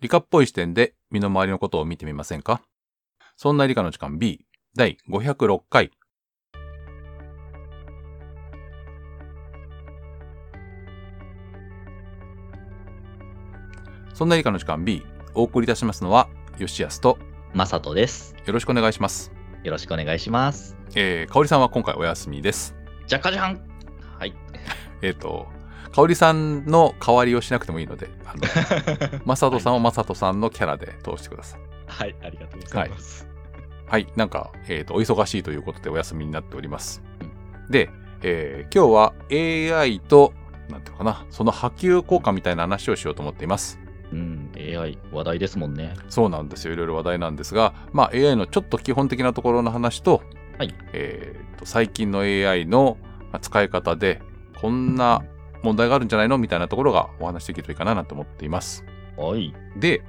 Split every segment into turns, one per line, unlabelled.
理科っぽい視点で身の回りのことを見てみませんかそんな理科の時間 B 第506回そんな理科の時間 B お送りいたしますのは吉安と
マサトです。
よろしくお願いします。
よろしくお願いします。
えー、かおりさんは今回お休みです。
じゃかじゃんはい。
えっ、と、かおりさんの代わりをしなくてもいいので、あのマサトさんをマサトさんのキャラで通してください。
はい、ありがとうございます。
はい、なんか、えっ、と、お忙しいということでお休みになっております。で、えー今日は AI と、なんていうのかな、その波及効果みたいな話をしようと思っています。
うん、AI 話題ですもんね。
そうなんですよ。いろいろ話題なんですが、まあ AI のちょっと基本的なところの話と、
はい
えーと、最近の AI のまあ使い方で、こんな問題があるんじゃないのみたいなところがお話しできるといいかななんて思っています。
はい。
で、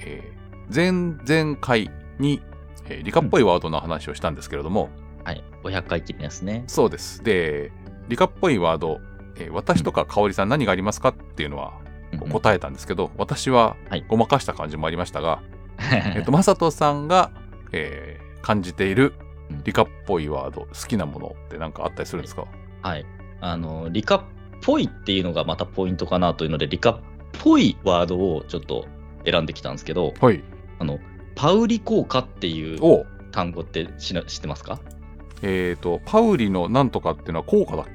えー前々回に、えー理科っぽいワードの話をしたんですけれども、
はい。500回記念ですね。
そうです。で、理科っぽいワード、えー私とか香織さん何がありますかっていうのは
うん
答えたんですけど、私は
はい
ごまかした感じもありましたが、 えっと、
う
まさとさんが、えー感じている
うん
理科っぽいワード、好きなものって何かあったりするんですか、
んはい。あの、理科っぽいっていうのがまたポイントかなというので、理科っぽいワードをちょっと選んできたんですけど、
はい。
あの、パウリ効果っていう
おう
単語って知な知ってますか
えっ、と、パウリのなんとかっていうのは効果だっ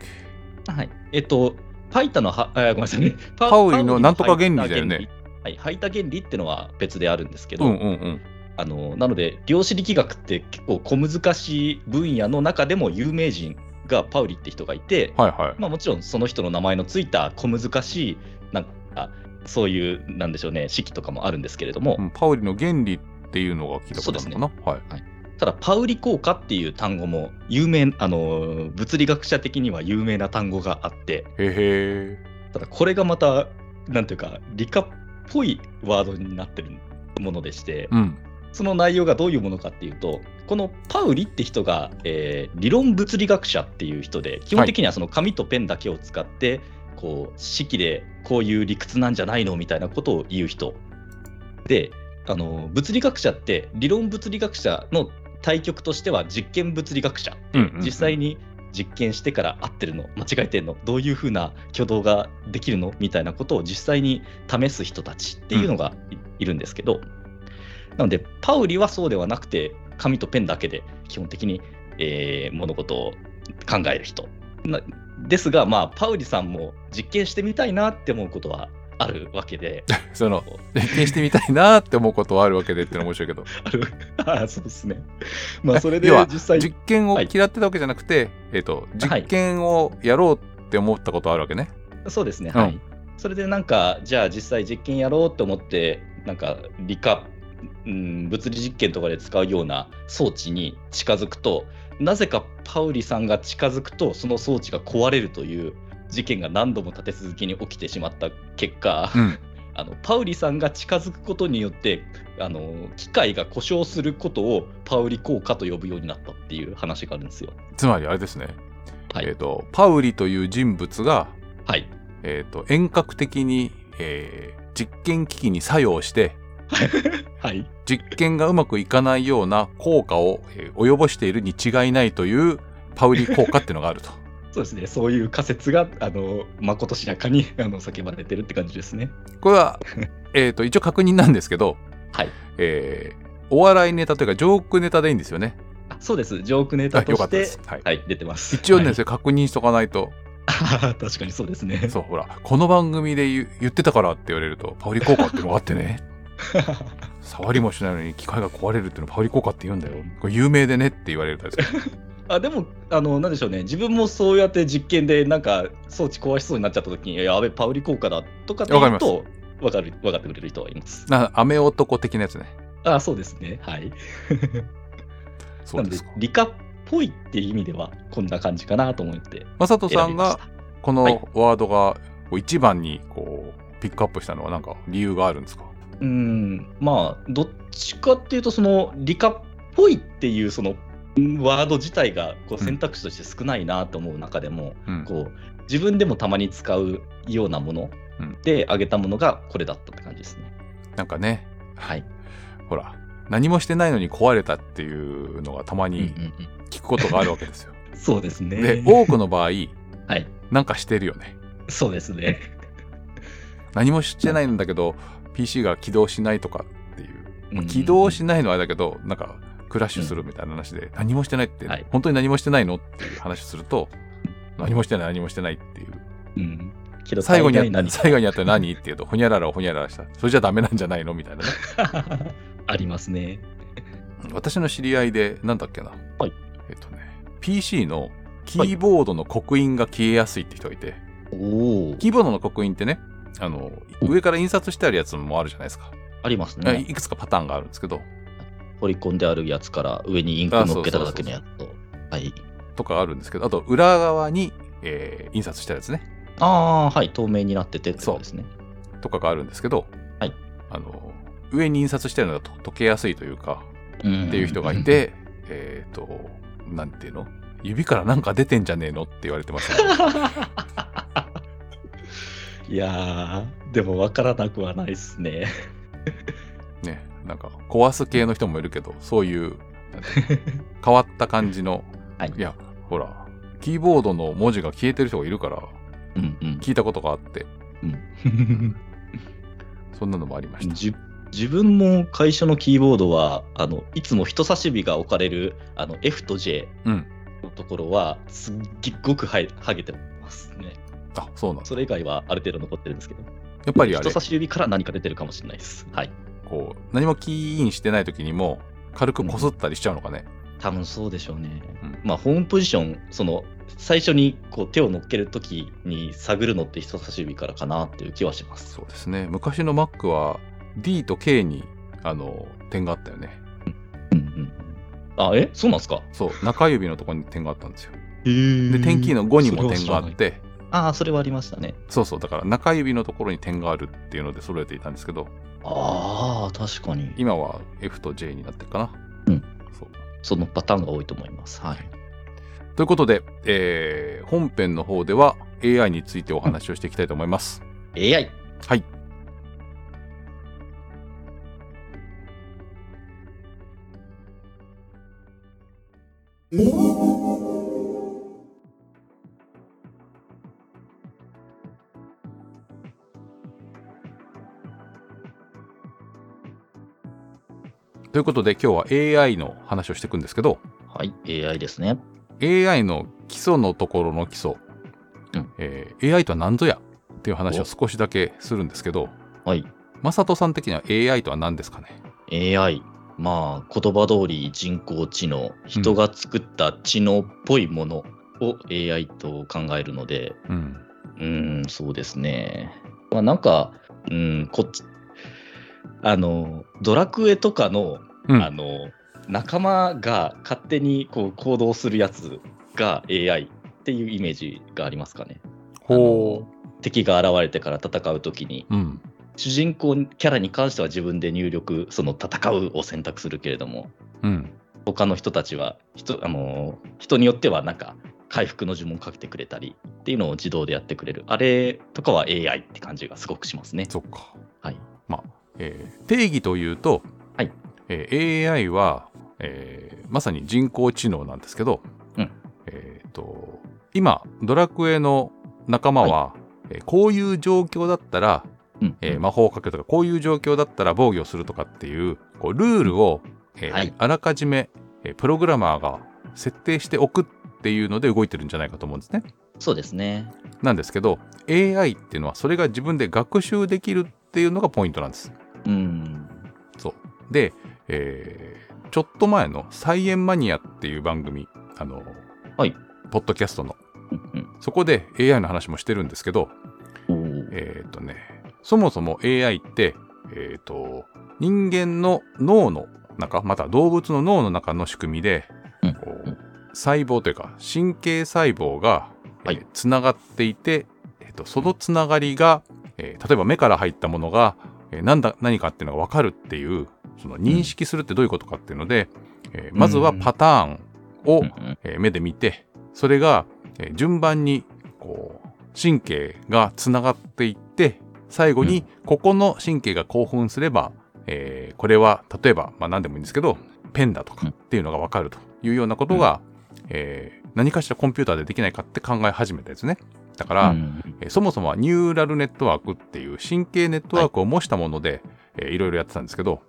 け
はい。えっと、パイタのは、あごめんなさ いね。パ
パウリのなんとか原理だよね。
はい、排他原理ってのは別であるんですけど、
うんうんうん。
あのなので量子力学って結構小難しい分野の中でも有名人がパウリって人がいて、
はいはい。
まあ、もちろんその人の名前のついた小難しいなんかそういうなんでしょうね式とかもあるんですけれども、
うんパウリの原理っていうのが聞いたことあるのかな、はい。
ただパウリ効果っていう単語も有名あの物理学者的には有名な単語があって
へへ
ただこれがまたなんていうか理科っぽいワードになってるものでして。
うん。
その内容がどういうものかっていうと、このパウリって人が、えー理論物理学者っていう人で、基本的にはその紙とペンだけを使って、こう式でこういう理屈なんじゃないのみたいなことを言う人であの、物理学者って理論物理学者の対極としては実験物理学者、
うんうんうん
実際に実験してから合ってるの、間違えてるの、どういうふうな挙動ができるのみたいなことを実際に試す人たちっていうのがい,、るんですけど、なので、パウリはそうではなくて、紙とペンだけで基本的に、えー物事を考える人。なですが、まあ、パウリさんも実験してみたいなって思うことはあるわけ で、
その、実験してみたいなって思うことはあるわけでっていうのは面白いけど。
ある あそうですね。まあ、それで
要は
実際
実験を
はい
嫌ってたわけじゃなくて、えっ、と、
は
実
い
験をやろうって思ったことはあるわけね。
そうですね、
うん
はい。それでなんか、じゃあ実際実験やろうと思って、なんか理科、うん、物理実験とかで使うような装置に近づくと、なぜかパウリさんが近づくと、その装置が壊れるという事件が何度も立て続けに起きてしまった結果、
うん。
あのパウリさんが近づくことによってあの、機械が故障することをパウリ効果と呼ぶようになったっていう話があるんですよ。
つまりあれですね。
はい
えっ、と、パウリという人物が、
はい、
えっ、と、遠隔的に、えー実験機器に作用して、
はい、
実験がうまくいかないような効果を、えー及ぼしているに違いないというパウリ効果っていうのが あると。
そうですね、そういう仮説が、あの、まことしやかに、 あの、叫ばれてるって感じですね。
これは、えっと、一応確認なんですけど、
はい。
えーお笑いネタというか、ジョークネタでいいんですよね。
あそうです、ジョークネ
あ
タ
よか
と
った
し
で
て、
す。はい。
はい、出てます。
一応ね、
はい
それ確認しとかないと、
確かにそうですね。
そう、ほら、この番組で言う言ってたからって言われると、パウリ効果っていうのがあって ね、触りもしないのに機械が壊れるっていうのをパウリ効果って言うんだよ。これ有名でねって言われるタイプ です。
あ、でも、あの、なんでしょうね、自分もそうやって実験で、なんか、装置壊しそうになっちゃった時に、いややべ、パウリ効果だとかって言うと、わかる、わかってくれる人はいます。
な、雨男的なやつね。
あ、そうですね、はい。
そ
な
う
の
で
です
か、。
理科っぽいっていう意味では、こんな感じかなと思って
まさとさ
選
ん
びま
が
した。
こ
はい
のワードがこう一番にこうピックアップしたのはなんか理由があるんですか
うん、まあ、どっちかっていうと、その理科っぽいっていう、そのうんワード自体が
う
こう
ん
選択肢として少ないなと思う中でも、
うん。
こう自分でもたまに使うようなもの
うん
で挙げたものがこれだったって感じですね。
なんかね、
はい。
ほら、何もしてないのに壊れたっていうのがたま
うん
に
うん
聞くことがあるわけですよ。
うんそうです ね。
で、多くの場合、
はい。
なんかしてるよね。
そうですね。
何もしてないんだけど、PC が起動しないとかっていう。
うんうんうん
起動しないのはあれだけど、なんか、クラッシュするみたいな話で、何もしてないって、
はい
本当に何もしてないのっていう話をすると、何もしてない、何もしてないっていう。
うん。けど
最後にあ
大概何か
最後にあったら何っていうと、ほにゃららをほにゃららした。それじゃダメなんじゃないのみたいなね。
ありますね。
私の知り合いで、なんだっけな。
はい
えっとね、PC のキーボードの刻印が消えやすいって人がいて、
おお。
キーボードの刻印ってね、あの、上から印刷してあるやつもあるじゃないですか。
あります
あ
ね。
いくつかパターンがあるんですけど、
取り込んであるやつから上にインク乗っけただけのやつと。はい。
とかあるんですけど、あと裏側に、えー印刷したやつね、
ああー、はい。透明になっててってことですね。
とかがあるんですけど、
はい
あの、上に印刷してあるのがと溶けやすいというか、
っ
っていう人がい。て、えっ、と、なんていうの指からなんか出てんじゃねえのって言われてます、 ね、
いやー、でも分からなくはないですね。
ね、なんか壊す系の人もいるけど、そういうなんていうの変わった感じの、
はい
や、ほら、キーボードの文字が消えてる人がいるから、
うんうん。
聞いたことがあって、
うん、
そんなのもありました。
じ自分も会社のキーボードはあのいつも人差し指が置かれるあの F と J
うん
のところはすっごくははげてますね。
あ、そうなんだ。
それ以外はある程度残ってるんですけど、
やっぱりあ
人
れ
差、し指から何か出てるかもしれないです。はい。
こう、何もキーインしてない時にも、軽くこすったりしちゃうのかね。
多分そうでしょうね。
うん
まあ、ホームポジション、その最初にこう手を乗っけるときに探るのって人差し指からかなっていう気はします。
そうですね。昔の Mac は D と K に、あの、点があったよね。
うんうん、あ、えそうなんですか
そう、中指のところに点があったんですよ。
で
で、点キーの5にも点があって、
ああ、それはありましたね。
そうそう、だから中指のところに点があるっていうので揃えていたんですけど、
ああ、確かに。
今は F と J になってるかな。
うん
そう
そのパターンが多いと思います。はい。
ということで、えー本編の方では AI についてお話をしていきたいと思います。
AI。
はい。ということで今日は AI の話をしていくんですけど、
はい、AI ですね。
AI の基礎のところの基礎、
うん
えー AI とは何ぞやっていう話を少しだけするんですけど、
はい。
マサトさん的には AI とは何ですかね
AI。まあ、言葉通り人工知能、人が作った知能っぽいものを AI と考えるので、
うん。
うーん、そうですね。まあ、なんか、うん、こっち、あの、ドラクエとかの、
うん
あの、仲間が勝手にこう行動するやつが AI っていうイメージがありますかね。
ほ
敵が現れてから戦うときに、
う。うん。
主人公キャラに関しては自分で入力、その戦うを選択するけれども、
うん。
他の人たちは人,、あのー人によってはなんか回復の呪文かけてくれたりっていうのを自動でやってくれるあれとかは AI って感じがすごくしますね。
そっか。
はい、
えー定義というと、
はい
えー AI は、えーまさに人工知能なんですけど、
うん
えーと今ドラクエの仲間は、えーこういう状況だったら、
うん
えー魔法をかけるとかこういう状況だったら防御するとかっていうこうルールを、えー
はい
あらかじめ、えープログラマーが設定しておくっていうので動いてるんじゃないかと思うんですね。
そうですね。
なんですけど AI っていうのはそれが自分で学習できるっていうのがポイントなんです。
うん。
で、えーちょっと前の「菜園マニア」っていう番組あの、
はい
ポッドキャストの
うん
そこで AI の話もしてるんですけど
うん、おー
えっ、とねそもそも AI ってえっ、と人間の脳の中または動物の脳の中の仕組みで、
うん
こう
うん
細胞というか神経細胞が、
はい
えーつながっていて、えーとそのつながりが、えー例えば目から入ったものが、えーなんだ何かっていうのが分かるっていうその認識するってどういうことかっていうので、えーまずはパターンを、
うんうん
えー目で見てそれが、えー順番にこう神経がつながっていって最後にここの神経が興奮すれば、えーこれは例えば、まあ、何でもいいんですけどペンだとかっていうのが分かるというようなことが、えー何かしらコンピューターでできないかって考え始めたんですね。だから、
うん
えーそもそもはニューラルネットワークっていう神経ネットワークを模したもので、いえーいろいろやってたんですけど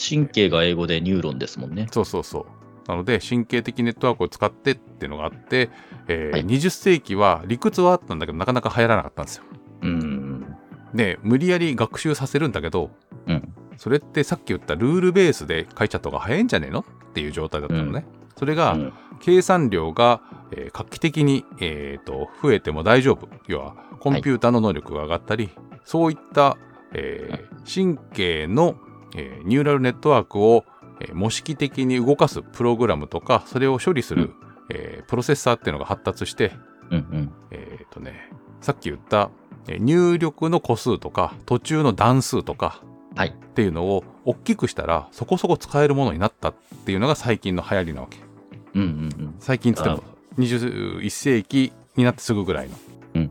神経が英語でニューロンですもんね。
そうそうそうなので神経的ネットワークを使ってっていうのがあって、えー
はい
20世紀は理屈はあったんだけどなかなか流行らなかったんですよ。
うん。
で無理やり学習させるんだけど
うん。
それってさっき言ったルールベースで書いちゃった方が早いんじゃねえのっていう状態だったのね。それが、
うん
計算量が、えー画期的に、えーと増えても大丈夫要はコンピューターの能力が上がったり、そういった、えー神経の、えーニューラルネットワークを、えー模式的に動かすプログラムとかそれを処理する、
うん
えープロセッサーっていうのが発達して、
うん。
えーとね、さっき言った、えー入力の個数とか途中の段数とか
はい。
っていうのを大きくしたらそこそこ使えるものになったっていうのが最近の流行りなわけ。
うんうん
最近っつっても21世紀になってすぐぐらいの
うん。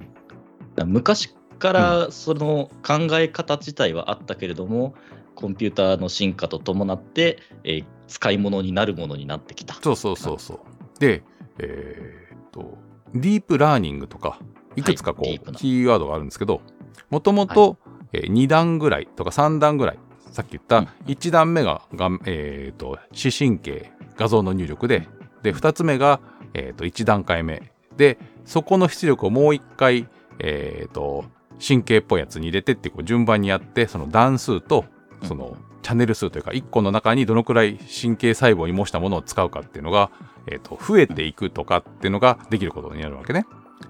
昔からその考え方自体はあったけれども、コンピューターの進化と伴って、えー使い物になるものになってきた。
そうそうそうそうでえーっとディープラーニングとかいくつかこう、
はいディープな
キーワードがあるんですけどもともと2段ぐらいとか3段ぐらいさっき言っ
うん
た1段目がが、えーっと視神経画像の入力でで2つ目が、えーっと1段階目でそこの出力をもう1回、えーっと神経っぽいやつに入れてってこう順番にやってその段数とそのチャンネル数というか1個の中にどのくらい神経細胞に模したものを使うかっていうのが、えー、と増えていくとかっていうのができることになるわけね。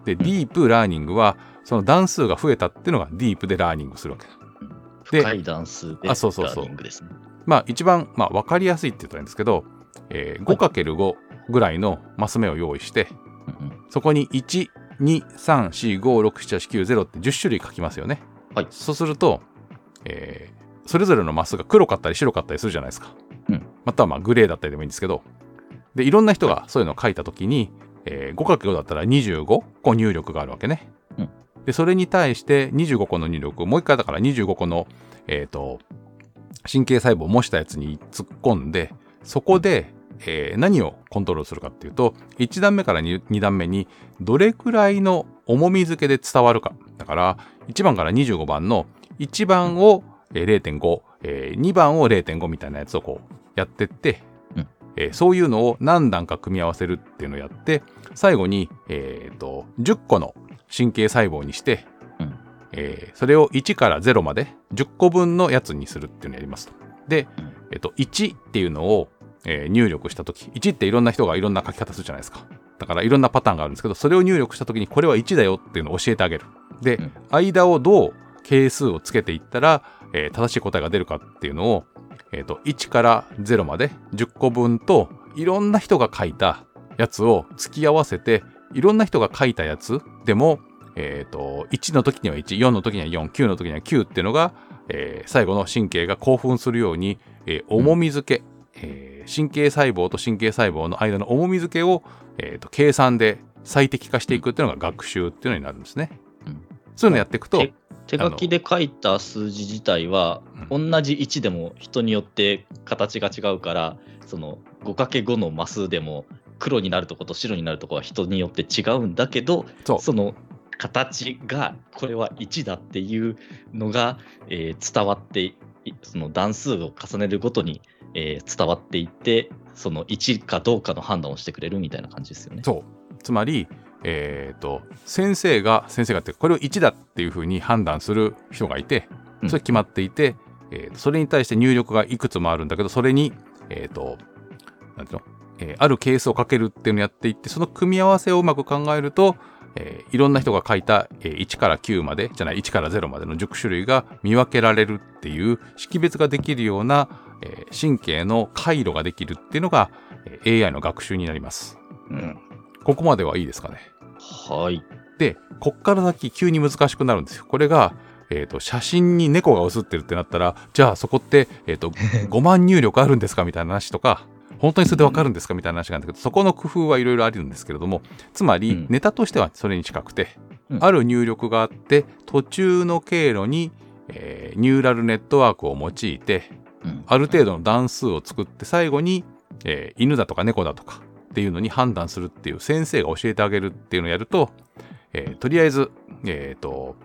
でディープラーニングはその段数が増えたっていうのがディープでラーニングするわけ。で
深いダンスで
あ
ラ
そうそうそう
ーニングですね。
まあ一番、まあ、分かりやすいって言ったらいいんですけど、えー、5×5 ぐらいのマス目を用意して
うんうん
そこに123456789って10種類書きますよね。
はい
そうすると、えーそれぞれのマスが黒かったり白かったりするじゃないですか。
うん
またはまあグレーだったりでもいいんですけどでいろんな人がそういうのを書いた時に、えー 5×5 だったら25個入力があるわけね。
うん
でそれに対して25個の入力をもう一回だから25個の、えー、と神経細胞を模したやつに突っ込んでそこで、えー何をコントロールするかっていうと1段目から 2, 段目にどれくらいの重み付けで伝わるかだから1番から25番の1番をえー0.5、えー2番を0.5みたいなやつをこうやってって、
うん
えーそういうのを何段か組み合わせるっていうのをやって最後に、えーと10個の神経細胞にして、
うん
えーそれを1から0まで10個分のやつにするっていうのをやりますと。で
うん、
えっと、1っていうのを、えー入力した時1っていろんな人がいろんな書き方するじゃないですか。だからいろんなパターンがあるんですけどそれを入力した時にこれは1だよっていうのを教えてあげる。で、
うん
間をどう係数をつけていったら、えー正しい答えが出るかっていうのを、えーと1から0まで10個分といろんな人が書いたやつを突き合わせていろんな人が書いたやつでも、えー、と1の時には14の時には49の時には9っていうのが、えー最後の神経が興奮するように、えー重み付け、えー神経細胞と神経細胞の間の重み付けを、えーと計算で最適化していくっていうのが学習っていうのになるんですね。
うん
そういうのやっていくと、
手手書きで書いた数字自体は同じ1でも人によって形が違うからその 5×5 のマスでも黒になるとこと白になるとこは人によって違うんだけど
そう
その形がこれは1だっていうのが、えー伝わっていその段数を重ねるごとに、えー伝わっていってその1かどうかの判断をしてくれるみたいな感じですよね。
そうつまり、えー、と先生が先生がってこれを1だっていうふうに判断する人がいて
うん
それ決まっていて、えーそれに対して入力がいくつもあるんだけどそれに、えー、となんていうの、えーあるケースをかけるっていうのをやっていってその組み合わせをうまく考えると、えーいろんな人が書いた、えー1から9までじゃない1から0までの10種類が見分けられるっていう識別ができるような、えー神経の回路ができるっていうのが、えー AI の学習になります。
うん、
ここまではいいですかね。
はい。
で、こっから先急に難しくなるんですよ。これが、えー、と写真に猫が写ってるってなったらじゃあそこって、え ー、と5万入力あるんですかみたいな話とか本当にそれでわかるんですかみたいな話なんだけどそこの工夫はいろいろあるんですけれどもつま
う
り
ん
ネタとしてはそれに近くて、
うん
ある入力があって途中の経路に、えーニューラルネットワークを用いて
うん
ある程度の段数を作って最後に、えー犬だとか猫だとかっていうのに判断するっていう先生が教えてあげるっていうのをやると、えーとりあえず、えーと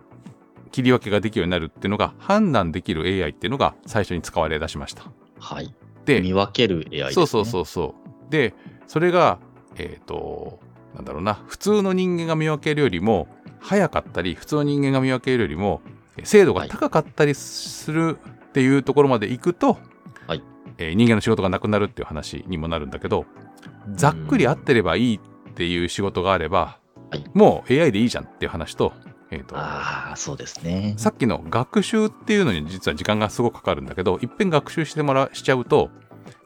切り分けができるようになるっていうのが判断できる AI っていうのが最初に使われ出しました。
はい。
で
見分ける AI です、ね。
そうそうそうそう。でそれがえっ、となんだろうな普通の人間が見分けるよりも早かったり普通の人間が見分けるよりもえ精度が高かったりするっていうところまで行くと、
はい
えー人間の仕事がなくなるっていう話にもなるんだけどざっくり合ってればいいっていう仕事があれば、
はい
もう AI でいいじゃんっていう話と,、えーと
ああ、そうですね。
さっきの学習っていうのに実は時間がすごくかかるんだけど、いっぺん学習してもらしちゃうと、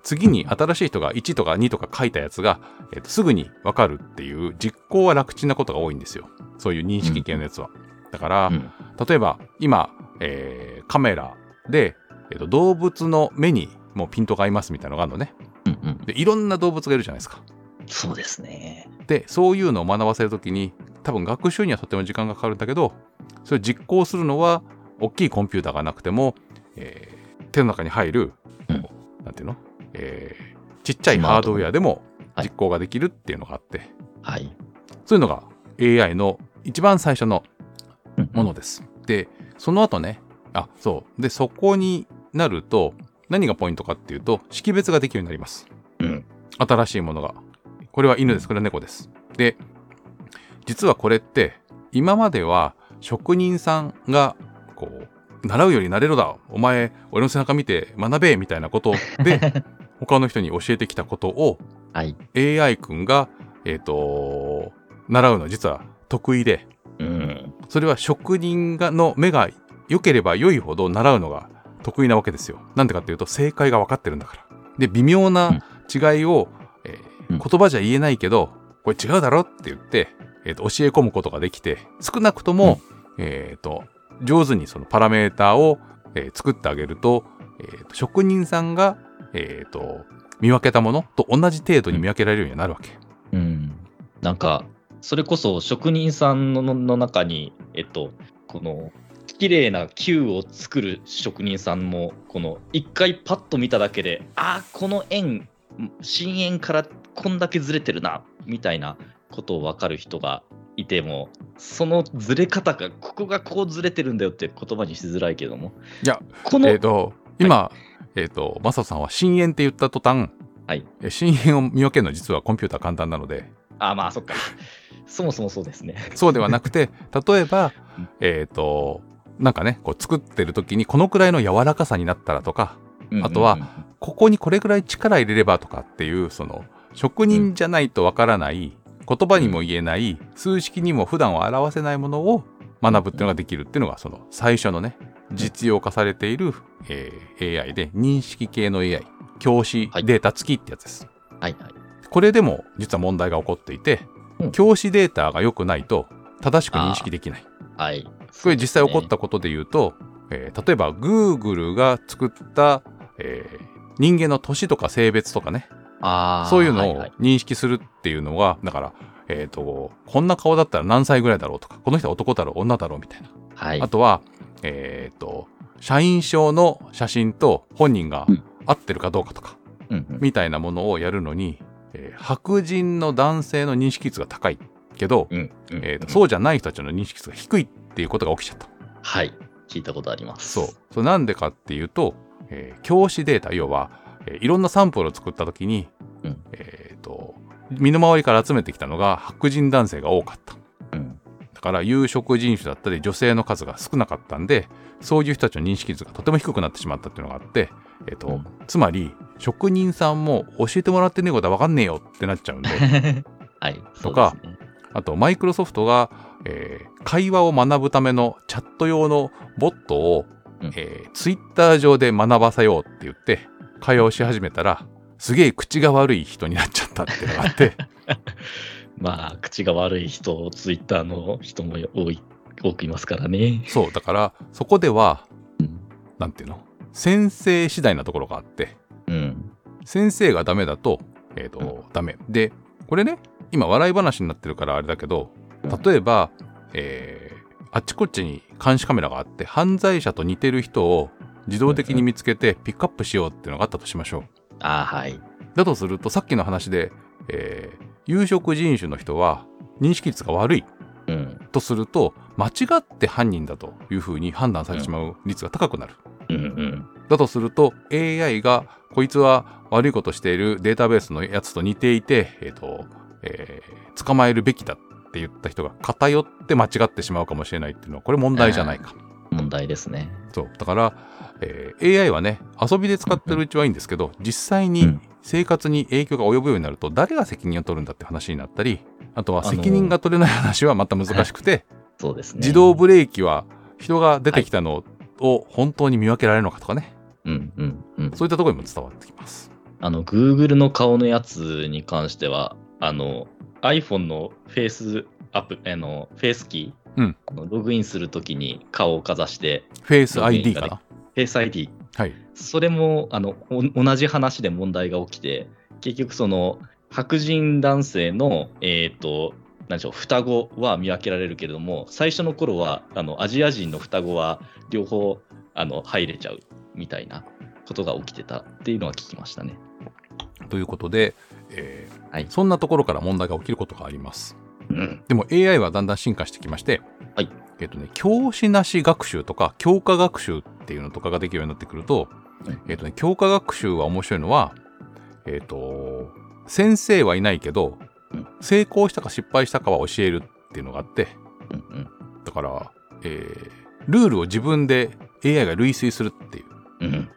次に新しい人が1とか2とか書いたやつが、えっとすぐにわかるっていう実行は楽ちんなことが多いんですよ。そういう認識系のやつは。だから、
うん
例えば今、えーカメラで、えっと動物の目にもうピントが合いますみたいなのがあるのね。
うんうん、
で、いろんな動物がいるじゃないですか。
そうですね。
でそういうのを学ばせるときに多分学習にはとても時間がかかるんだけどそれを実行するのは大きいコンピューターがなくても、えー手の中に入る、
うん
なんていうの、えーちっちゃい
スマ
ハー
ート
ド
フォ
ウ
ン
ェアでも
はい
実行ができるっていうのがあって、
はい。
そういうのが AI の一番最初の
うん
ものです。でその後ねあそうでそこになると何がポイントかっていうと識別ができるようになります。
うん。
新しいものが。これは犬です。これは猫です。で、実はこれって、今までは職人さんが、こう、習うより慣れろだ。お前、俺の背中見て学べみたいなことで、他の人に教えてきたことを
はい。
AI 君が、えっ、と、習うのは実は得意で、
うん。
それは職人がの目が良ければ良いほど習うのが得意なわけですよ。なんでかっていうと正解が分かってるんだから。で微妙な違いを、えー
うん
言葉じゃ言えないけどこれ違うだろって言って、えーと教え込むことができて少なくとも、えーと上手にそのパラメーターを、えー作ってあげると,、えーと職人さんが、えーと見分けたものと同じ程度に見分けられるようになるわけ。
うん。なんか、それこそ職人さんののの中に、えっと、この、綺麗な球を作る職人さんも、この、一回パッと見ただけで、ああ、この円、深円からこんだけずれてるな、みたいなことを分かる人がいても、そのずれ方が、ここがこうずれてるんだよって言葉にしづらいけども。
いや、
この、
えっ、と、今、えっ、と、マサさんは深淵って言った途端、
はい
え深淵を見分けるのは実はコンピューター簡単なので、
あ、まあ、そっか。そもそもそうですね。
そうではなく て、例えば
うん、
えっ、と、なんかね、こう作ってる時にこのくらいの柔らかさになったらとか、あとは
うんうんうん、
ここにこれくらい力入れればとかっていう、その、職人じゃないとわからない、言葉にも言えない、数式にも普段は表せないものを学ぶっていうのができるっていうのが、その最初のね、実用化されている、えー AI で、認識系の AI、教師
はい
データ付きってやつです。
はいはい。
これでも実は問題が起こっていて、
うん
教師データが良くないと正しく認識できない。
はい。
これ実際起こったことで言うと、えー例えば Google が作った、えー人間の年とか性別とかね、
あー
そういうの
は
を
はい
認識するっていうのが、だから、えっ、と、こんな顔だったら何歳ぐらいだろうとか、この人は男だろう、女だろうみたいな。
はい、
あとは、えっ、と、社員証の写真と本人が
うん
合ってるかどうかとか、
うんうん
みたいなものをやるのに、えー白人の男性の認識率が高いけど、
うんうん
えーと
う
そうじゃない人たちの認識率が低いっていうことが起きちゃった。
ん。はい。聞いたことあります。
そう。それなんでかっていうと、えー教師データ、要は、えーいろんなサンプルを作った時に、
うん
えーと身の回りから集めてきたのが白人男性が多かった。
うん。
だから有色人種だったり女性の数が少なかったんでそういう人たちの認識率がとても低くなってしまったっていうのがあって、えっと
うん
つまり職人さんも教えてもらってねえことは分かんねえよってなっちゃうんで
はい。
とか
そうですね
あとマイクロソフトが、えー会話を学ぶためのチャット用のボットを、
うん
えツイッター Twitter 上で学ばせようって言って会話をし始めたらすげえ口が悪い人になっちゃったっていうのがあって。
まあ、口が悪い人、ツイッターの人も多い、多くいますからね。
そうだからそこでは
うん
なんていうの先生次第なところがあって
うん。
先生がダメだと,、えーとダメでこれね今笑い話になってるからあれだけど例えば、えーあちこちに監視カメラがあって犯罪者と似てる人を自動的に見つけてピックアップしようっていうのがあったとしましょ
ああ、はい。
うだとするとさっきの話で、えー有色人種の人は認識率が悪い
うん。
とすると間違って犯人だというふうに判断されてしまう率が高くなる、
うんうん。
だとすると AI がこいつは悪いことしているデータベースのやつと似ていて、えーとえー捕まえるべきだって言った人が偏って間違ってしまうかもしれないっていうのはこれ問題じゃないか、
問題ですね。
そうだから、えー AI はね遊びで使ってるうちはいいんですけど実際
う
に
ん
生活に影響が及ぶようになると誰が責任を取るんだって話になったりあとは責任が取れない話はまた難しくて、
そうですね。
自動ブレーキは人が出てきたのを本当に見分けられるのかとかね、
うんうんうん。
そういったところにも伝わってきます。
あの、Google の顔のやつに関しては、あの、iPhone のフェイスアップ、あの、フェイスキー、
うん
あのログインするときに顔をかざして、
フェイス ID かな。
フェイス ID、
はい。
それも、あの、お同じ話で問題が起きて、結局その、白人男性の、えっ、と、なんでしょう双子は見分けられるけれども最初の頃はあのアジア人の双子は両方あの入れちゃうみたいなことが起きてたっていうのは聞きましたね。
ということで、えー
はい
そんなところから問題が起きることがあります。
うん、
でも AI はだんだん進化してきまして、
はい
えっ、とね、教師なし学習とか教科学習っていうのとかができるようになってくると、
うん
えっ、とね、教科学習は面白いのは、えっ、と、先生はいないけど
うん、
成功したか失敗したかは教えるっていうのがあって、
うんうん
だから、えールールを自分で AI が類推するっていう。
うん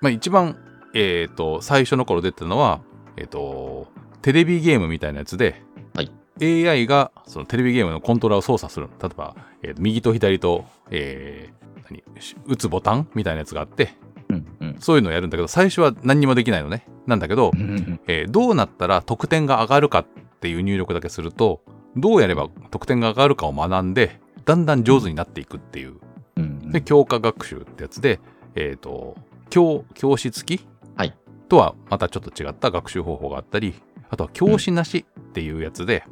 まあ、一番、えー、と最初の頃出てたのは、えー、とテレビゲームみたいなやつで、
はい
AI がそのテレビゲームのコントローラーを操作する例えば、えー右と左と、えー何し打つボタンみたいなやつがあって
うんうん
そういうのをやるんだけど最初は何にもできないのねなんだけど、
うん
えーどうなったら得点が上がるかっていう入力だけするとどうやれば得点が上がるかを学んでだんだん上手になっていくっていう
うん
で教科学習ってやつで、えー、と教教師付き、
はい
とはまたちょっと違った学習方法があったりあとは教師なしっていうやつで、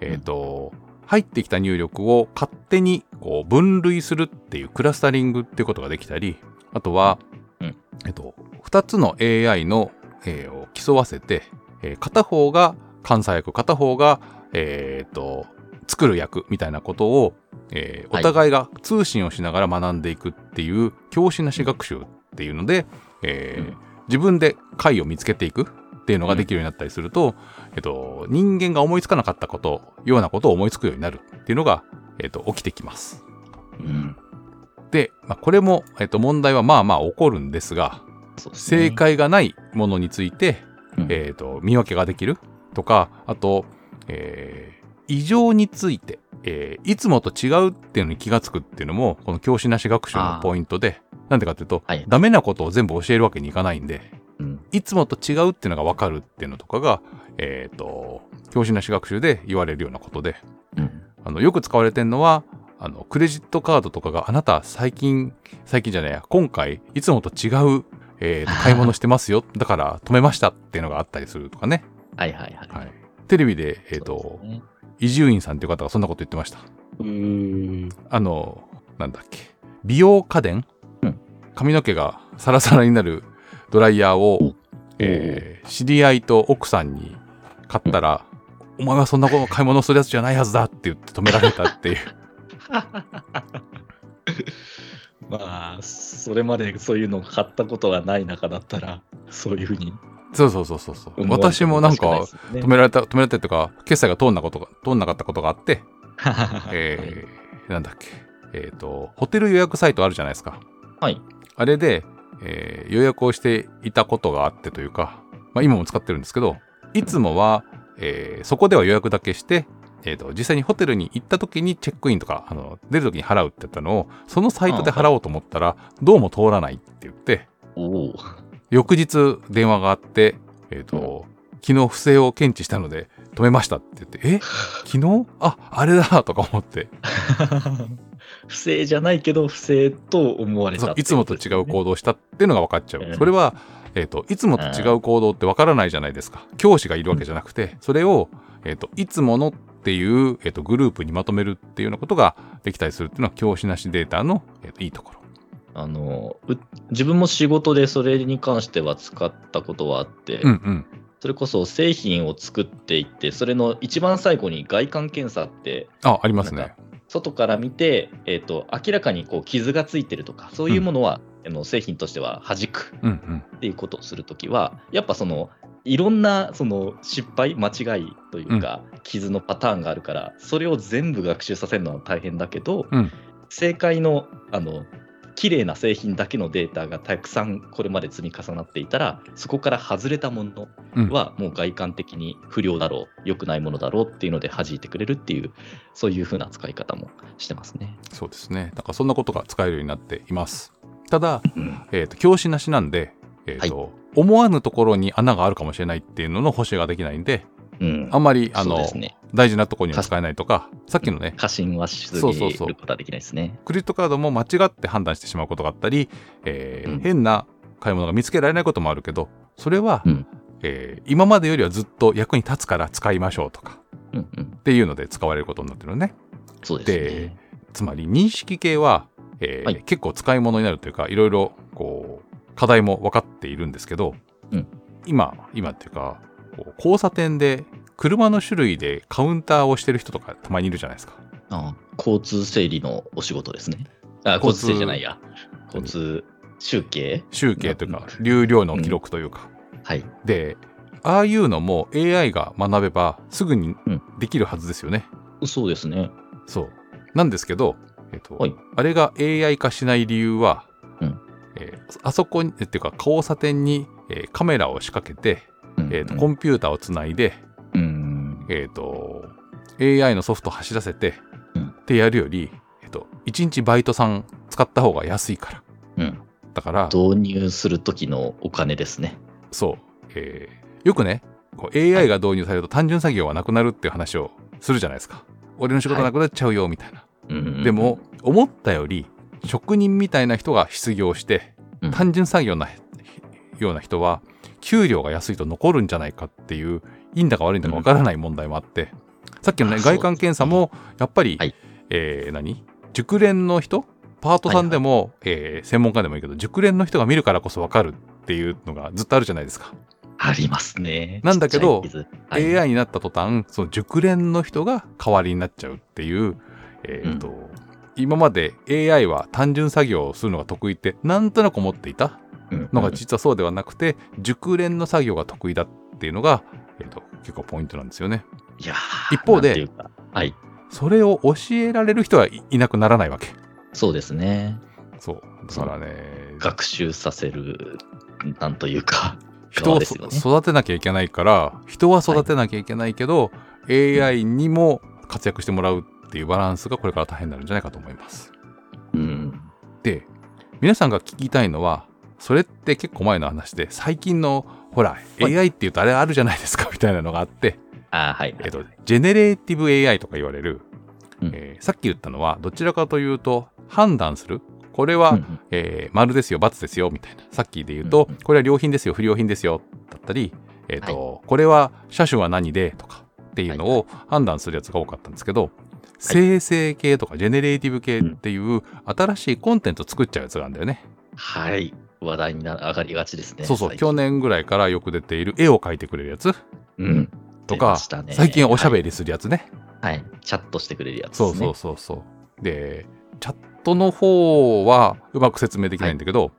えー、と入ってきた入力を勝手にこう分類するっていうクラスタリングっていうことができたりあとは、
うん
えー、と2つの AI の、えーを競わせて、えー片方が監査役片方が、えー、と作る役みたいなことをえー
はい
お互いが通信をしながら学んでいくっていう教師なし学習っていうので、えー
うん
自分で解を見つけていくっていうのができるようになったりすると、えっと、人間が思いつかなかったことようなことを思いつくようになるっていうのが、えっと、起きてきます。
うん
で、まあ、これも、えっと、問題はまあまあ起こるんですが
そうですね
正解がないものについて、
うん
えっと見分けができるとかあと、えー異常について、えーいつもと違うっていうのに気がつくっていうのもこの教師なし学習のポイントでなんでかっていうと、
はい
ダメなことを全部教えるわけにいかないんで
うん
いつもと違うっていうのが分かるっていうのとかが、えー、と教師なし学習で言われるようなことで
うん
あのよく使われてるのはあのクレジットカードとかがあなた最近最近じゃないや今回いつもと違う、えーと買い物してます よだから止めましたっていうのがあったりするとかね、
はいはいはい
はい、テレビでえっ、
そ
と
うですね
伊集院さんっていう方がそんなこと言ってました
うーん。
あのなんだっけ美容家電、
うん
髪の毛がサラサラになるドライヤーを、えー知り合いと奥さんに買ったら、お前はそんなこと買い物するやつじゃないはずだって言って止められたっていう
まあそれまでそういうのを買ったことがない中だったらそういうふうに
そうそうそうそうそう。
思われて
私
も
もなん
お
か
かしくないですよね
止められた、止められたとか、決済が通んなことが、通んなかったことがあって、
はい
えー、なんだっけ、えっ、と、ホテル予約サイトあるじゃないですか。
はい
あれで、えー予約をしていたことがあってというか、まあ今も使ってるんですけど、いつもは、えーそこでは予約だけして、えーと、実際にホテルに行った時にチェックインとか、あの、出る時に払うって言ったのを、そのサイトで払おうと思ったら、どうも通らないって言って、
お ー
翌日電話があって、えーと昨日不正を検知したので止めましたって言って「え昨日ああれだ」とか思って
不正じゃないけど不正と思われ
そ
た
ういつもと違う行動をしたっていうのが分かっちゃ
う
うんそれは、えー、といつもと違う行動って分からないじゃないですか教師がいるわけじゃなくてそれを、えー、といつものってっていう、えっと、グループにまとめるっていうようなことができたりするっていうのは教師なしデータの、えっと、いいところ。
あのう自分も仕事でそれに関しては使ったことはあって、
うんうん。
それこそ製品を作っていってそれの一番最後に外観検査って
あ、あります
なん
ね
か。外から見て、えー、と明らかにこう傷がついてるとかそういうものは、あの製品としては弾く
うんうん。
っていうことをするときはやっぱそのいろんなその失敗間違いというか、傷のパターンがあるからそれを全部学習させるのは大変だけど、
うん
正解のあの綺麗な製品だけのデータがたくさんこれまで積み重なっていたらそこから外れたもの
うん
はもう外観的に不良だろう良くないものだろうっていうので弾いてくれるっていうそういうふうな使い方もしてますね。
そうですね。だからそんなことが使えるようになっています。ただ、
うん
えっ、と、教師なしなんで、えっ、と、思わぬところに穴があるかもしれないっていうのの保守ができないんで、
うん
あんまり、あ
そう
の、
ですね、
大事なところには使えないとか、さっきのね、
過信はしす
そう
ぎ
そうそう
ることはできないですね。
クレジットカードも間違って判断してしまうことがあったり、えー
うん
変な買い物が見つけられないこともあるけど、それは、
うん
えー今までよりはずっと役に立つから使いましょうとか
うんうん
っていうので使われることになってるのね。
そうですね。
つまり認識系は、えー
はい
結構使い物になるというかいろいろこう課題も分かっているんですけど、
うん
今今っていうかこう交差点で車の種類でカウンターをしてる人とかたまにいるじゃないですか。
あ交通整理のお仕事ですね。あ
交
交
通
通整理じゃないや。交通集計
集計というか
う
流量の記録というか。
はい。
でああいうのも AI が学べばすぐに
うん
できるはずですよね。
そうですね。
そうなんですけど、えっと
はい
あれが AI 化しない理由は、
うん
えーあそこにえっていうか交差点に、えーカメラを仕掛けて、
うん
えーとコンピューターをつないで、
うん。
えー、と AI のソフト走らせて、
うん
ってやるより、えー、と1日バイトさん使った方が安いから
うん
だから
導入する時のお金ですね。
そう、えーよくねこう AI が導入されると単純作業はなくなるっていう話をするじゃないですか俺の仕事なくなっちゃうよみたいな、
うん
で、も思ったより職人みたいな人が失業して
うん
単純作業なような人は給料が安いと残るんじゃないかっていういいんだか悪いんだかわからない問題もあって、さっきのね
あそう
外観検査もやっぱり、
はい
えー何熟練の人パートさんでも、えー専門家でもいいけど熟練の人が見るからこそわかるっていうのがずっとあるじゃないですか。
ありますね。
なんだけど
ちっちゃい傷、はい、
AI になった途端その熟練の人が代わりになっちゃうっていう、えーと今まで AI は単純作業をするのが得意ってなんとなく思っていたのが
うん
実はそうではなくて、熟練の作業が得意だっていうのが、えーと結構ポイントなんですよね。
いや
一方で
なんていうかはい。
それを教えられる人はいいなくならないわけ。
そうですね。
そうだからね
学習させる、なんというか、
人を
側ですよね
育てなきゃいけないから人は育てなきゃいけないけど、AI にも活躍してもらうっていうバランスがこれから大変になるんじゃないかと思います。
うん。
で皆さんが聞きたいのはそれって結構前の話で最近のほら、
はい
AI っていうとあれあるじゃないですかみたいなのがあって、
あはい。
えっと、ジェネレーティブ AI とか言われる、
うん
えーさっき言ったのはどちらかというと判断するこれは、
うんうん
えー丸ですよ×ですよみたいなさっきで言うと、
うんうん
これは良品ですよ不良品ですよだったり、えっとこれは車種は何でとかっていうのを判断するやつが多かったんですけど、生成系とかジェネレーティブ系っていう新しいコンテンツを作っちゃうやつがあるんだよね。
はい。話題にな上がりがちですね。
そうそう、
最近
去。年ぐらいからよく出ている絵を描いてくれるやつ
うん。
と
出ま
か
し、たね
最近はおしゃべりするやつね。
はい。チャットしてくれるやつ
そ
で
う
す
そ
ね
う。そうそう。で、チャットの方はうまく説明できないんだけど、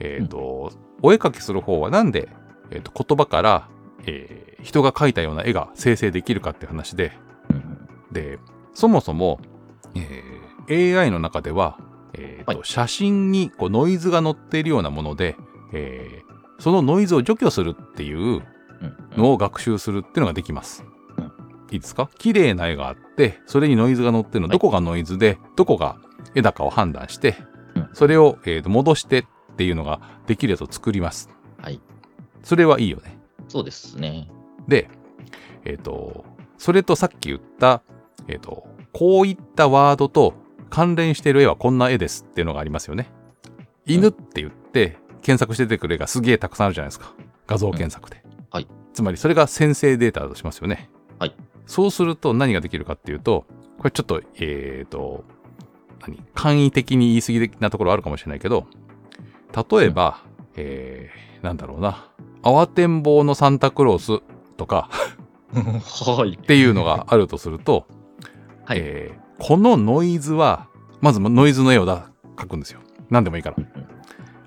えっ、と、お絵描きする方はなんで、えー、と言葉から、えー人が描いたような絵が生成できるかって話で、
うん
で、そもそも、えー AI の中では、えーと
はい
写真にこうノイズが乗っているようなもので、えーそのノイズを除去するっていう
うん
のを学習するっていうのができます
うん。
いいですか綺麗な絵があってそれにノイズが乗ってるの
はい
どこがノイズでどこが絵だかを判断して
うん
それを、えーと戻してっていうのができるやつを作ります。
はい。
それはいいよね。
そうです ね。
で、えっ、と、それとさっき言った、えっ、と、こういったワードと関連している絵はこんな絵ですっていうのがありますよね。犬って言って検索して出てくる絵がすげえたくさんあるじゃないですか。画像検索で。
はい。
つまりそれが先生データだとしますよね。
はい。
そうすると何ができるかっていうと、これちょっと、えっ、と、何簡易的に言い過ぎなところあるかもしれないけど、例えば、えー、なんだろうな、慌てんぼうのサンタクロースとか
はい。
っていうのがあるとすると、
はい
えーこのノイズは、まずノイズの絵をだ描くんですよ。何でもいいから。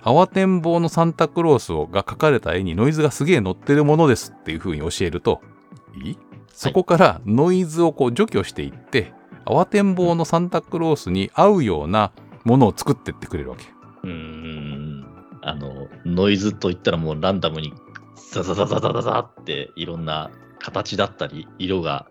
慌てんぼうのサンタクロースをが描かれた絵にノイズがすげえ載ってるものですっていう風に教えると、いいそこからノイズをこう除去していって、慌てんぼうのサンタクロースに合うようなものを作ってってくれるわけ。
うーん。あの、ノイズといったらもうランダムにザザザザザザザっていろんな形だったり、色が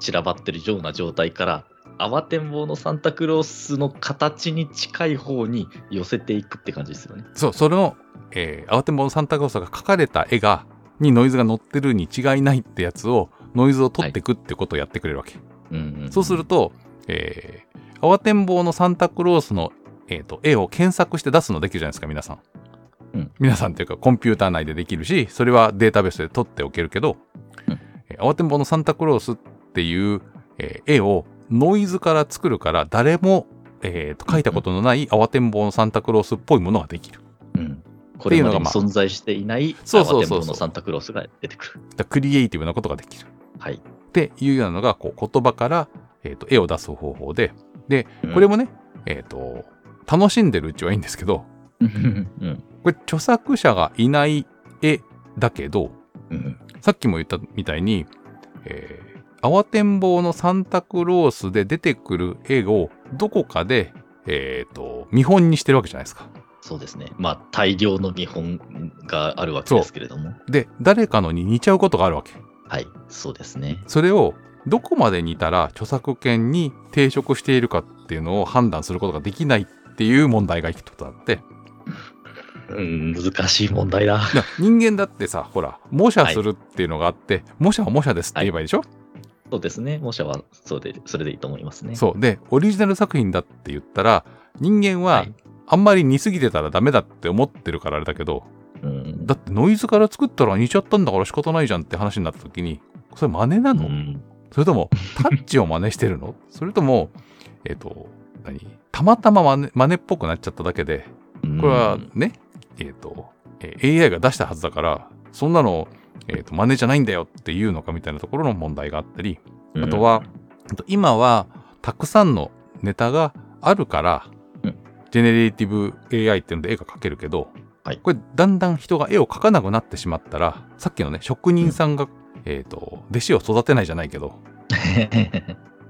散らばってるような状態から、慌てんぼうのサンタクロースの形に近い方に寄せていくって感じですよね。
そう、それの、えー、慌てんぼうのサンタクロースが描かれた絵が、にノイズが載ってるに違いないってやつを、ノイズを取っていくってことをやってくれるわけ。
うん、うん。
そうすると、えー、慌てんぼうのサンタクロースの、えー、と絵を検索して出すのできるじゃないですか、皆さん。
うん
皆さんというか、コンピューター内でできるし、それはデータベースで取っておけるけど、
うん
えー慌てんぼうのサンタクロースっていう、えー絵をノイズから作るから、誰も、えー、と描いたことのない慌てんぼうのサンタクロースっぽいものができる。
うん。こ
って
れまでに
いうのがまあ
存在していない
そうそ
慌
う
てん
そ
ぼ
うそう
うのサンタクロースが出てくる。
だからクリエイティブなことができる。
はい。
っていうようなのがこう言葉から、えー、と絵を出す方法ででこれ
も、
もね、えー、と楽しんでるうちはいいんですけど
うん。うん
これ著作者がいない絵だけど
うん。
さっきも言ったみたいに、えー慌てんぼうのサンタクロースで出てくる絵をどこかで、えー、と見本にしてるわけじゃないですか。
そうですね。まあ、大量の見本があるわけですけれども。
で誰かのに似ちゃうことがあるわけ。
はい。そうですね。
それをどこまで似たら著作権に抵触しているかっていうのを判断することができないっていう問題が一つあって
うん、難しい問題だ。
だ人間だってさほら模写するっていうのがあって、模写は模写ですって言えばいいでしょ、
そうですね。模写はそうで、それでいいと思いますね。
そうでオリジナル作品だって言ったら人間
は
はいあんまり似すぎてたらダメだって思ってるからあれだけど
うん。
だってノイズから作ったら似ちゃったんだから仕方ないじゃんって話になった時にそれ真似な
う
の、
ん、
それともタッチを真似してる のそれともえっ、と何たまたま真似真似っぽくなっちゃっただけでこれはね、えっ、と、えー AI が出したはずだから、そんなの、えー、と真似じゃないんだよっていうのかみたいなところの問題があったり、
うん、
あと は、あと今はたくさんのネタがあるから、
うん
ジェネレーティブ AI っていうので絵が描けるけど、
はい
これだんだん人が絵を描かなくなってしまったら、さっきのね、職人さんが、えっ、と、弟子を育てないじゃないけど、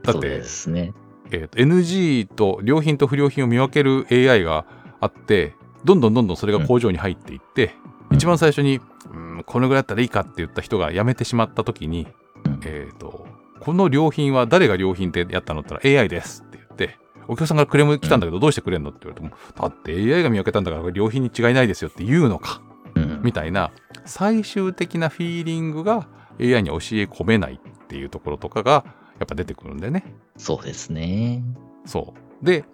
だ
そ
っ
う
て
で、すね。
えーと NG と良品と不良品を見分ける AI があってどんどんどんどんそれが工場に入っていって、
うん
一番最初に、うん、このぐらいだったらいいかって言った人が辞めてしまった時に、
うん
えー、とこの良品は誰が良品ってやったのって言ったら AI ですって言ってお客さんからクレーム来たんだけどどうしてくれんのって言われてもだって AI が見分けたんだからこれ良品に違いないですよって言うのか
うん
みたいな最終的なフィーリングが AI に教え込めないっていうところとかがやっぱ出てくるんでね。
そうですね。
そう。で、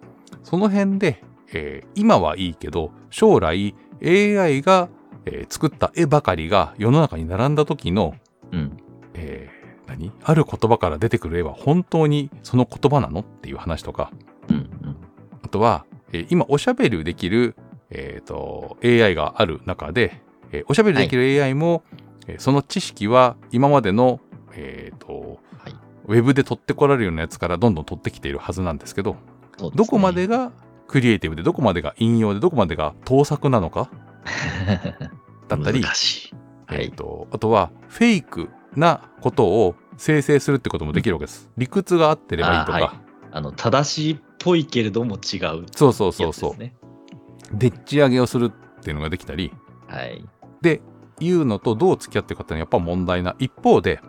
その辺で、えー今はいいけど、将来 AI が、えー作った絵ばかりが世の中に並んだ時の、
うん。
えー何ある言葉から出てくる絵は本当にその言葉なのっていう話とか、
うん。
あとは、えー今おしゃべりできる、えーと AI がある中で、えーおしゃべりできる AI も、えーその知識は今までの、えーと
はい
ウェブで取ってこられるようなやつからどんどん取ってきているはずなんですけど、
そうすね
どこまでがクリエイティブでどこまでが引用でどこまでが盗作なの かだったり、
難しい。は
えー
い。
とあとはフェイクなことを生成するってこともできるわけです。理屈が合ってればいいとか、
あーはあの、正しいっぽいけれども違う。
そうそうそうそう、
う。ね、
でっち上げをするっていうのができたり
はい。
でいうのとどう付き合っていくかっていうのはやっぱ問題な一方で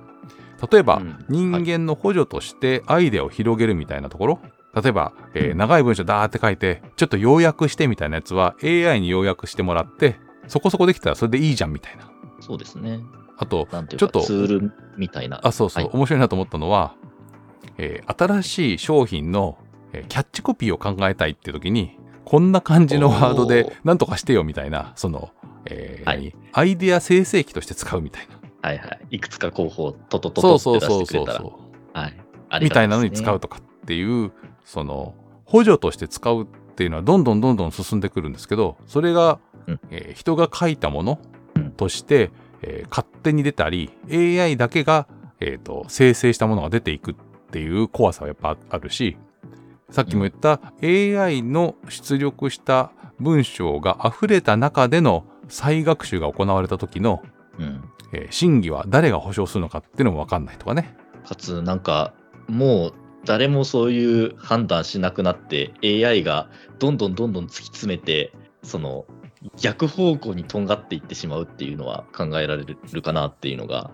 例えば、
うん
人
はい
間の補助としてアイデアを広げるみたいなところ例えば、えー
うん
長い文章ダーって書いてちょっと要約してみたいなやつは AI に要約してもらってそこそこできたらそれでいいじゃんみたいな
そうですね。
あと
なんていう
ちょ
か
っと
ツールみたいな。
あそうそう、
はい
面白いなと思ったのは、えー新しい商品の、えーキャッチコピーを考えたいって時にこんな感じのワード
お
で
ー
なんとかしてよみたいなその、えー
はい
何アイデア生成器として使うみたいな
はいはい。いくつか候補をとと
そ
とと
うそ
っ
う
て出
そ
して
う
くれ
そう
たら。
そ
あり
みた
がた
い
い
なのに使うとかっていうその補助として使うっていうのはどんどんどんどん進んでくるんですけどそれが、
うん
えー人が書いたもの
うん
として、えー勝手に出たり AI だけが、えー、と生成したものが出ていくっていう怖さはやっぱあるしさっきも言った AI の出力した文章が溢れた中での再学習が行われた時の、
うん、
えー真偽は誰が保証するのかっていうのも分かんないとかね。
かつなんかもう誰もそういう判断しなくなって AI がどんどんどんどん突き詰めてその逆方向にとんがっていってしまうっていうのは考えられるかなっていうのが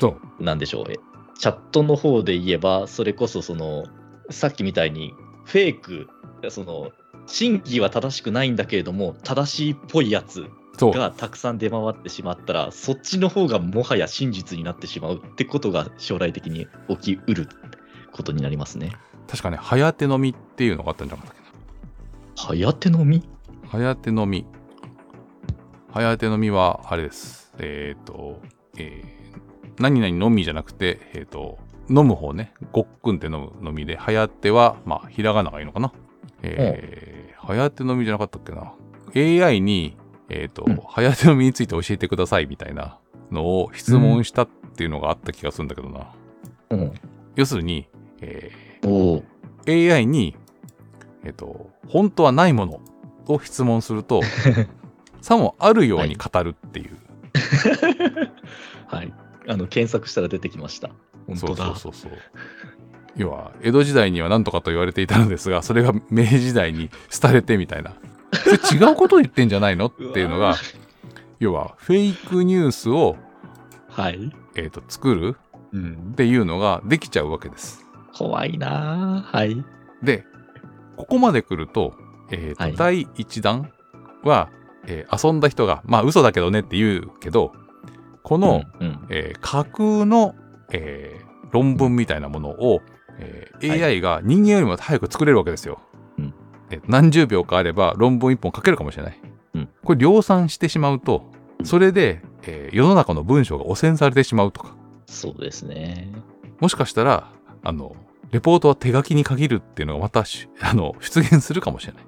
そう
なんでしょうえチャットの方で言えばそれこそそのさっきみたいにフェイクその真偽は正しくないんだけれども正しいっぽいやつ
そう
がたくさん出回ってしまったらそっちの方がもはや真実になってしまうってことが将来的に起きうることになりますね。
確かね、早手飲みっていうのがあったんじゃなかったっ
早手のみ
けな。早手飲み。早手飲みは、あれです。えっ、と、えー何々のみじゃなくて、えっ、と、飲む方ね。ごっくんって飲む飲みで、早手は、まあ、ひらがながいいのかな。えー、早手飲みじゃなかったっけな。AI に、えっ、と、
うん
早手飲みについて教えてくださいみたいなのを質問したっていうのがあった気がするんだけどな。
うん。
要するに、えー
おお。
AI に、えっと、本当はないものを質問する と、さもあるように語るっていう。
はい。あの検索したら出てきました。本
そ
当
う
だ。
そうそうそう。要は、江戸時代には何とかと言われていたのですが、それが明治時代に廃れてみたいな。それ違うことを言ってんじゃないのっていうの
うわ
が、要は、フェイクニュースを、
はい。
えっと作る
うん
っ、ていうのができちゃうわけです。
怖いなあはい。
で、ここまで来ると、えーと
はい
第1弾は、えー遊んだ人が、まあ嘘だけどねって言うけど、この、
うんうん
えー架空の、えー論文みたいなものを、えー
はい
AI が人間よりも早く作れるわけですよ。
うん
えー何十秒かあれば論文1本書けるかもしれない。
うん
これ量産してしまうと、それで、えー世の中の文章が汚染されてしまうとか。
そうですね。
もしかしたら、あの、レポートは手書きに限るっていうのがまたし、 あの、出現するかもしれない。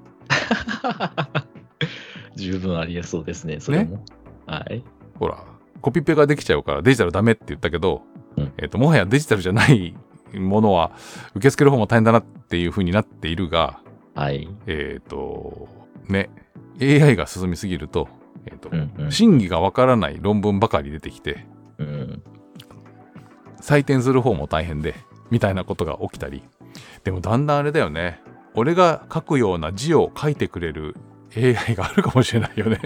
十分ありえそうですね、それも。はい。
ほら、コピペができちゃうからデジタルダメって言ったけど、
うん
えっ、と、もはやデジタルじゃないものは、受け付ける方も大変だなっていう風になっているが、
はい。
えっ、と、ね、AI が進みすぎると、えっ、と、
うんうん
真偽がわからない論文ばかり出てきて、
うん、
採点する方も大変でみたいなことが起きたりでもだんだんあれだよね俺が書くような字を書いてくれる AI があるかもしれない よね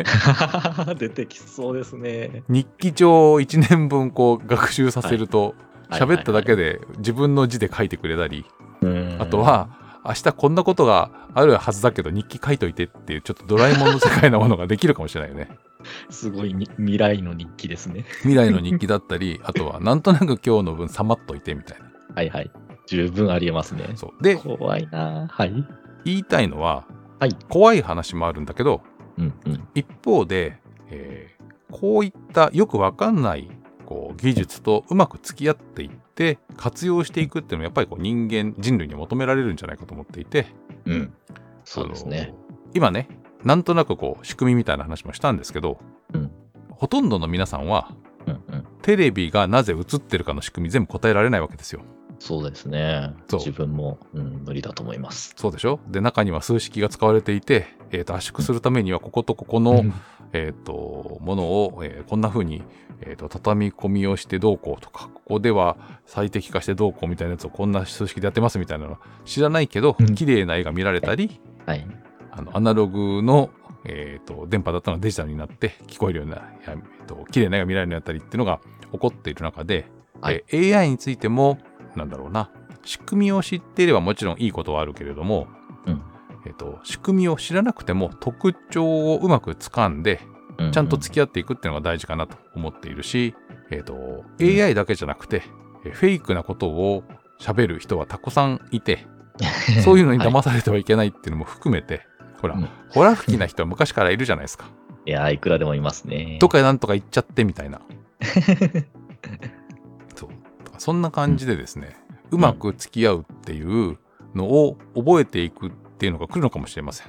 出てきそうですね。
日記帳を1年分こう学習させると
はい
喋っただけで自分の字で書いてくれたり
うん
あと、は明日こんなことがあるはずだけど日記書いといてっていうちょっとドラえもんの世界なものができるかもしれないよ ね
すごいに未来の日記ですね。
未来の日記だったりあとはなんとなく今日の分さまっといてみたいな
はいはい。十分ありえますね。
そうで
怖いなはい。
言いたいのは、
はい
怖い話もあるんだけど
うんうん。
一方で、えーこういったよくわかんないこう技術とうまく付き合っていって活用していくっていうのはやっぱりこう人間人類に求められるんじゃないかと思っていて
うん。そうです
あ
ね。
の今ねなんとなくこう仕組みみたいな話もしたんですけど、
うん
ほとんどの皆さんは
うんうん。
テレビがなぜ映ってるかの仕組み全部答えられないわけですよ。
そうですね。
そう
自分も、うん、無理だと思います。
そうでしょで中には数式が使われていて、えーと圧縮するためにはこことここの、
うん
えー、とものを、えーこんな風に、えー、と畳み込みをしてどうこうとかここでは最適化してどうこうみたいなやつをこんな数式でやってますみたいなのは知らないけど
うん
綺麗な絵が見られたり
はい。
あのアナログの、えー、と電波だったのがデジタルになって聞こえるような、いやえー、と綺麗な絵が見られるようになったりっていうのが起こっている中で、
はい
えー AI についてもなんだろうな仕組みを知っていればもちろんいいことはあるけれども、
うん
えー、と仕組みを知らなくても特徴をうまく掴んで
うう
ちゃんと付き合っていくっていうのが大事かなと思っているし、えーと AI だけじゃなくて、えフェイクなことを喋る人はたくさんいてそういうのに
は
騙されてはいけないっていうのも含めて、ほら、
うん
ホラ吹きな人は昔からいるじゃないですか。
い、いや、いくらでもいますね。
とかなんとか言 っちゃってみたいな。そうとかそんな感じでですね、うまく付き合うっていうのを覚えていくっていうのが来るのかもしれません。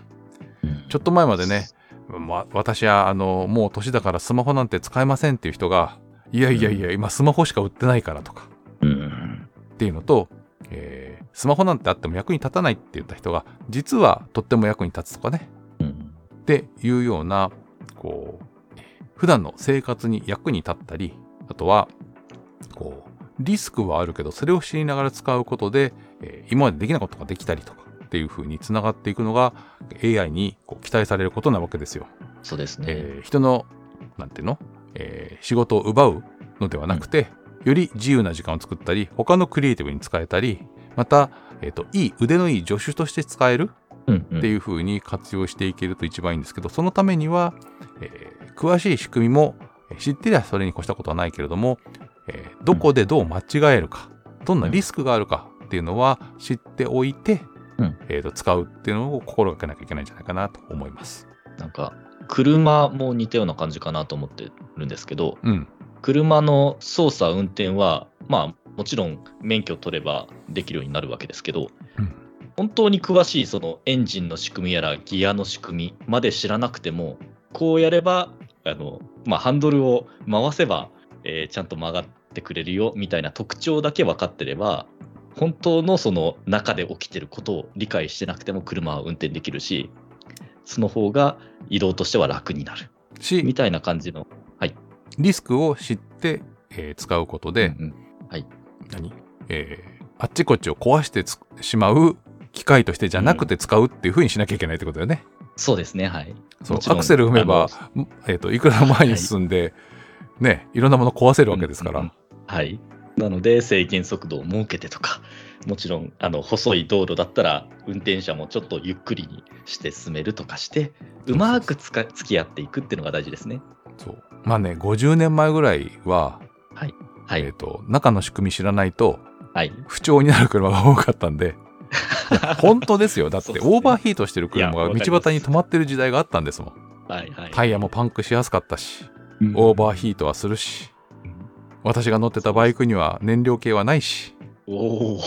ちょっと前までね、ま、私はあのもう年だからスマホなんて使えませんっていう人が、いやいやいや、今スマホしか売ってないからとか
うん
っていうのと、えースマホなんてあっても役に立たないって言った人が、実はとっても役に立つとかね、
うん
っていうような、こう、普段の生活に役に立ったり、あとは、こう、リスクはあるけど、それを知りながら使うことで、えー今までできなかったことができたりとかっていう風につながっていくのが AI にこう期待されることなわけですよ。
そうですね。
えー人の、なんていうの、えー仕事を奪うのではなくて、より自由な時間を作ったり、他のクリエイティブに使えたり、また、えっ、と、いい、腕のいい助手として使える
うんうん
っていう風に活用していけると一番いいんですけど、そのためには、えー詳しい仕組みもえー知ってりゃそれに越したことはないけれども、えーどこでどう間違えるか、どんなリスクがあるかっていうのは知っておいて、
うん
えーと使うっていうのを心がけなきゃいけないんじゃないかなと思います。
なんか車も似たような感じかなと思ってるんですけど
うん、
車の操作運転はまあもちろん免許取ればできるようになるわけですけど、
うん
本当に詳しいそのエンジンの仕組みやらギアの仕組みまで知らなくてもこうやればあの、まあ、ハンドルを回せば、えーちゃんと曲がってくれるよみたいな特徴だけ分かってれば本当のその中で起きてることを理解してなくても車は運転できるしその方が移動としては楽になるみ
し、
たいな感じの。
リスクを知って、えー使うことで、
うん
何えーあっちこっちを壊してつしまう機械としてじゃなくて使うっていう風にしなきゃいけないってことだよね。
そうですね、はい。
そう
もち
ア
ろん
クセル踏めば
あ、
んえー、といくら前に進んで、ね、いろんなもの壊せるわけですから、
うんうんはい。なので、制限速度を設けてとか、もちろん、あの、細い道路だったら、運転者もちょっとゆっくりにして進めるとかして、うまくつか付き合っていくっていうのが大事ですね。
そうまあね50年前ぐらいは、
は
えー、
い。
と中の仕組み知らないと
はい。
不調になる車が多かったん で本当ですよだって
そうですね
オーバーヒートしてる車
いや
が
わ
道
かります
端に止まってる時代があったんですもん
はい。はい。
タイヤもパンクしやすかったし
うん
オーバーヒートはするし私が乗ってたバイクには燃料系はないし
おお。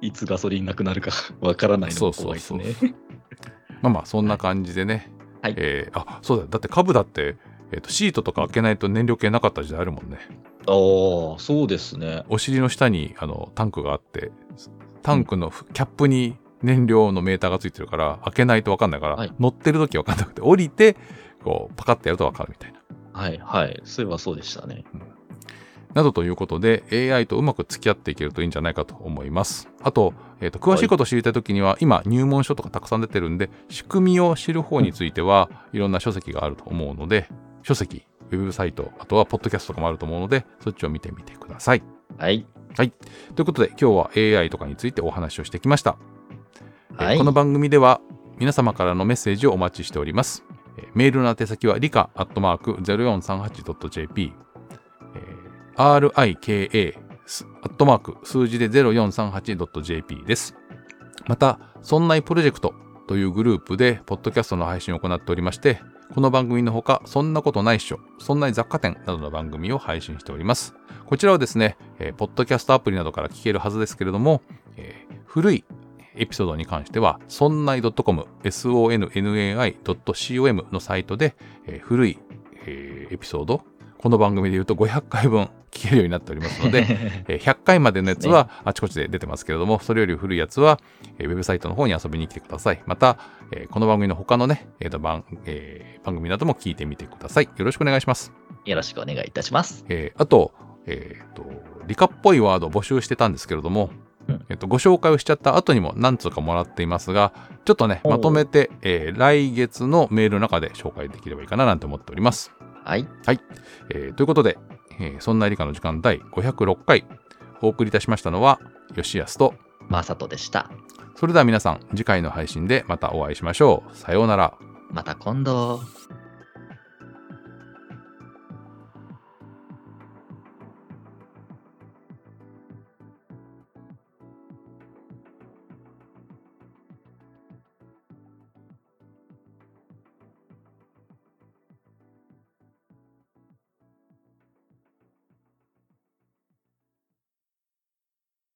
いつガソリンなくなるか わからないのが怖いですね
そう。まあまあそんな感じでね、
はい
えーあそうだだって株だって、えー、とシートとか開けないと燃料系なかった時代あるもんね
ああ、そうですね。
お尻の下にあのタンクがあってタンクのふキャップに燃料のメーターがついてるから開けないと分かんないから、
はい
乗ってる時分かんなくて降りてこうパカッてやると分かるみたいな。
はい。はい。そういえばそうでしたね。
などということで AI とうまく付き合っていけるといいんじゃないかと思います。あと,、えーと詳しいことを知りたい時には、今入門書とかたくさん出てるんで仕組みを知る方についてはいろんな書籍があると思うので書籍ウェブサイトあとはポッドキャストとかもあると思うのでそっちを見てみてください。
はい。
ということで今日は AI とかについてお話をしてきました、えー
はい。
この番組では皆様からのメッセージをお待ちしておりますえーメールの宛先は理科アットマーク 0438.jp、えー rika すアットマーク数字で 0438.jp ですまた「そんないプロジェクト」というグループでポッドキャストの配信を行っておりましてこの番組のほか「そんなことないっしょ」「そんない雑貨店」などの番組を配信しておりますこちらはですね、えーポッドキャストアプリなどから聞けるはずですけれども、えー古いエピソードに関しては、そんない .com、sonnai.com のサイトで、えー古い、えーエピソード、この番組で言うと500回分聞けるようになっておりますので、えー100回までのやつはあちこちで出てますけれども、それより古いやつは、えーウェブサイトの方に遊びに来てください。また、えーこの番組の他のね、えーと番えー番組なども聞いてみてください。よろしくお願いします。
よろしくお願いいた します。
えーあと、えっ、と、理科っぽいワードを募集してたんですけれども、
うん
えっとご紹介をしちゃった後にも何通かもらっていますが、ちょっとね、
おう
まとめて、えー来月のメールの中で紹介できればいいかななんて思っております。
はい。
えーということで、えーそんな理科の時間第506回、お送りいたしましたのは、吉安と、
まさとでした。
それでは皆さん、次回の配信でまたお会いしましょう。さようなら。
また今度。